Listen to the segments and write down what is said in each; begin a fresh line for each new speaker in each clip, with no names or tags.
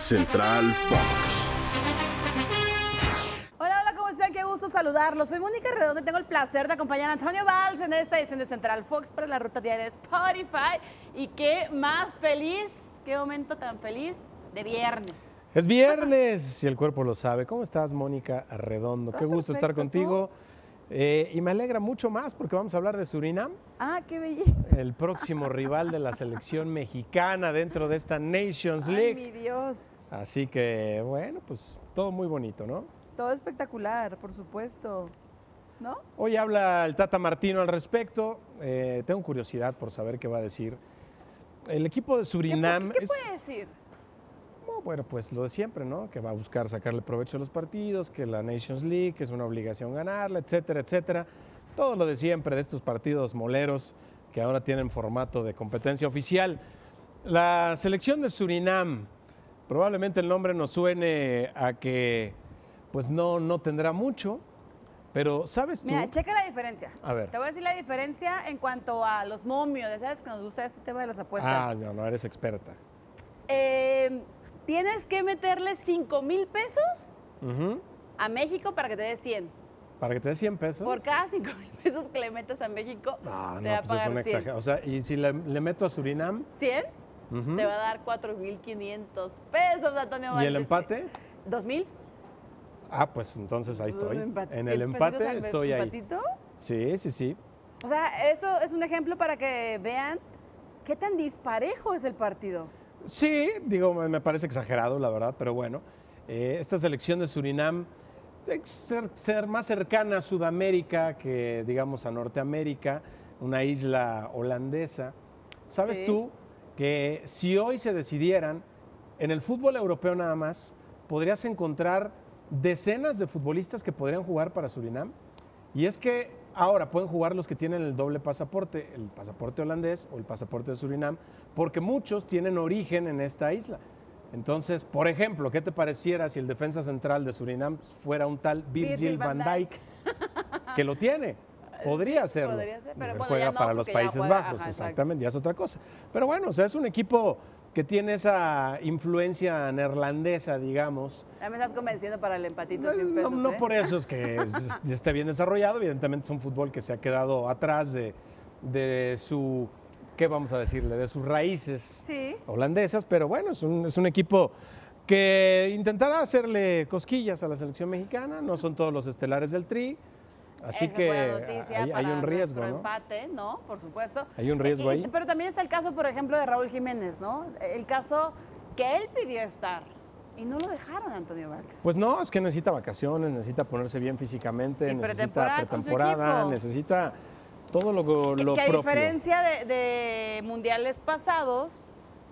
Central Fox.
Hola, hola, ¿cómo están? Qué gusto saludarlos. Soy Mónica Redondo y tengo el placer de acompañar a Antonio Valls en esta edición de Central Fox para la ruta diaria de Spotify. Y qué más feliz, qué momento tan feliz de viernes.
Es viernes, si el cuerpo lo sabe. ¿Cómo estás, Mónica Redondo?
Todo
Qué gusto estar
Ah, perfecto, ¿tú?
contigo. Eh, y me alegra mucho más porque vamos a hablar de Surinam,
Ah, qué belleza.
el próximo rival de la selección mexicana dentro de esta Nations
Ay,
League.
mi Dios.
Así que, bueno, pues todo muy bonito, ¿no?
Todo espectacular, por supuesto. ¿No?
Hoy habla el Tata Martino al respecto. Eh, tengo curiosidad por saber qué va a decir. El equipo de
¿Qué,
Surinam
qué- qué
es-
puede decir?
No, Bueno, pues lo de siempre, ¿no? Que va a buscar sacarle provecho a los partidos, que la Nations League que es una obligación ganarla, etcétera, etcétera. Todo lo de siempre de estos partidos moleros que ahora tienen formato de competencia oficial. La selección de Surinam, probablemente el nombre nos suene a que pues no, no tendrá mucho, pero ¿sabes tú?
Mira, checa la diferencia.
A ver.
Te voy a decir la diferencia en cuanto a los momios. Ya sabes que nos gusta este tema de las apuestas.
ah, no, no, eres experta.
Eh, tienes que meterle 5 mil pesos
Ujú.
a México para que te dé 100.
Para que te dé 100 pesos.
Por cada 5 mil pesos que le metes a México, te
No, no,
va a
pues es
pagar
una
100.
exageración. O sea, y si le, le meto a Surinam,
100
Ujú.
te va a dar 4.500 pesos, Antonio
¿Y el
Valdés.
empate?
2.000.
Ah, pues entonces ahí estoy.
Un empate, pues,
En el
100 pesitos
empate
al
estoy ahí.
empatito.
Sí, sí, sí.
O sea, eso es un ejemplo para que vean qué tan disparejo es el partido.
Sí, digo, me me parece exagerado, la verdad, pero bueno. Eh, esta selección de Surinam tiene que ser, ser más cercana a Sudamérica que, digamos, a Norteamérica, una isla holandesa. ¿Sabes
Sí.
tú que si hoy se decidieran, en el fútbol europeo nada más, podrías encontrar decenas de futbolistas que podrían jugar para Surinam? Y es que ahora pueden jugar los que tienen el doble pasaporte, el pasaporte holandés o el pasaporte de Surinam, porque muchos tienen origen en esta isla. Entonces, por ejemplo, ¿qué te pareciera si el defensa central de Surinam fuera un tal Virgil,
Virgil van
van Dijk, que lo tiene? Podría
Sí,
hacerlo.
podría ser, pero
Él
bueno,
juega
ya no,
para los
porque ya
Países
juega,
Bajos,
ajá, exacto.
exactamente, ya es otra cosa. Pero bueno, o sea, es un equipo que tiene esa influencia neerlandesa, digamos,
Ya me estás convenciendo para el empatito
no,
100
no-
pesos.
no
¿eh?
por eso es que es- esté bien desarrollado, evidentemente es un fútbol que se ha quedado atrás de, de su, ¿qué vamos a decirle? De sus raíces
Sí.
holandesas, pero bueno, es un, es un equipo que intentará hacerle cosquillas a la selección mexicana, no son todos los estelares del Tri, así
Esa
que
fue la noticia
hay, hay
para
un riesgo,
nuestro
¿no?
empate, ¿no? Por supuesto.
Hay un riesgo
Y-
ahí.
Pero también está el caso, por ejemplo, de Raúl Jiménez, ¿no? El caso que él pidió estar y no lo dejaron, Antonio Valls.
Pues no, es que necesita vacaciones, necesita ponerse bien físicamente,
Y
necesita
pretemporada con su
pretemporada,
equipo.
necesita todo lo, lo
que, que a
propio.
diferencia de, de mundiales pasados,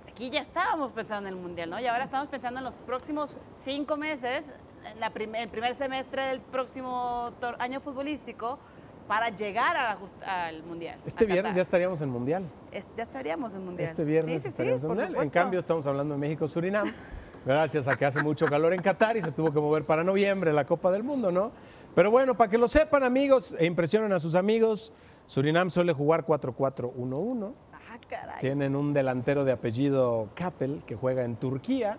aquí ya estábamos pensando en el mundial, ¿no? Y ahora estamos pensando en los próximos cinco meses, en la prim- el primer semestre del próximo tor- año futbolístico, para llegar a la jus- al mundial.
Este
a
viernes ya
Qatar.
estaríamos en Mundial.
Es- ya estaríamos en mundial.
Este viernes
sí, sí, sí,
estaremos en
por
Mundial. En
supuesto.
cambio, estamos hablando de México-Surinam. Gracias a que hace mucho calor en Qatar y se tuvo que mover para noviembre la Copa del Mundo, ¿no? Pero bueno, para que lo sepan, amigos, e impresionen a sus amigos, Surinam suele jugar 4-4-1-1.
Ah, caray.
Tienen un delantero de apellido Capel que juega en Turquía.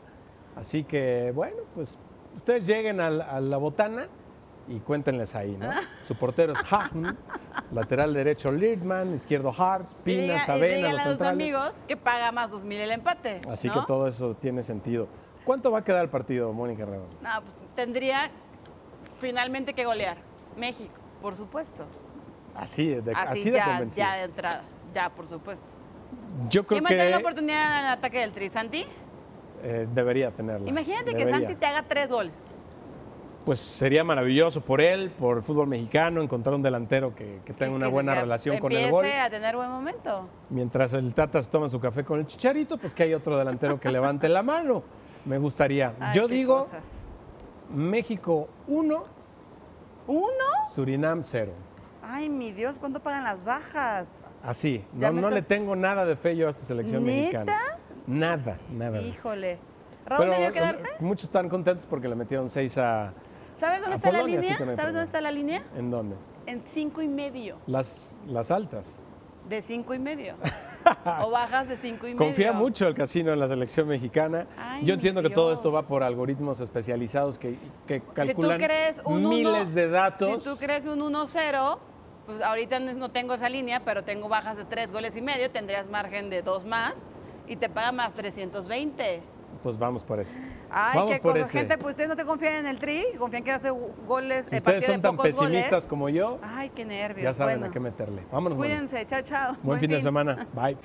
Así que, bueno, pues ustedes lleguen al- a, la botana y cuéntenles ahí, ¿no?
Ah.
Su portero es Hahn, lateral derecho Lirdman, izquierdo Hart,
Y diga-
Pinas,
y
Avena,
dígale
los
a tus
centrales.
amigos que paga más 2000 el empate.
Así
¿no?
que todo eso tiene sentido. ¿Cuánto va a quedar el partido, Mónica Redondo?
No, pues tendría finalmente que golear. México, por supuesto.
Así de, de-
así,
así de
ya,
convencido.
ya de entrada. Ya, por supuesto.
Yo creo
y mantener la
que
oportunidad en el ataque del Tri. Santi,
eh, debería tenerla.
imagínate que
debería.
Santi te haga tres goles.
Pues sería maravilloso por él, por el fútbol mexicano, encontrar un delantero que, que tenga
Y
una
que
buena
ya
relación con el gol.
Empiece a tener buen momento.
Mientras el Tata se toma su café con el chicharito, pues que hay otro delantero que levante la mano. Me gustaría.
Ay,
Yo
qué
digo
cosas.
México 1,
¿Uno?
Surinam 0.
Ay, mi Dios, ¿cuánto pagan las bajas?
Así.
Ya
No,
me
no le
estás-
tengo nada de fe yo a esta selección
¿Neta?
mexicana. Nada, nada. de fe.
Híjole. ¿Raúl
Pero,
debió
eh,
quedarse?
Muchos están contentos porque le metieron seis a.
¿Sabes dónde
a
está
Polonia,
la
sí
línea?
que no hay
¿Sabes dónde
problema.
está la línea?
¿En dónde?
En cinco y medio.
Las, las altas.
De cinco y medio. o bajas de cinco y medio.
Confía mucho el casino en la selección mexicana.
Ay, mi
Yo entiendo que todo esto va
Dios.
por algoritmos especializados que, que
Si tú
calculan
crees un uno-
miles de datos.
Si tú crees un 1-0, pues ahorita no no tengo esa línea, pero tengo bajas de tres goles y medio, tendrías margen de dos más y te paga más 320.
Pues vamos por eso.
Ay,
vamos
qué
por
cosa.
ese.
Gente, pues ustedes no te confían en el tri, confían que hace goles,
si
eh,
ustedes
partido
son
de
tan
pocos
pesimistas
goles.
como yo,
Ay, qué nervios.
ya saben
bueno,
a qué meterle. Vámonos. Manu.
Cuídense, chao, chao.
Buen, fin de semana. Bye.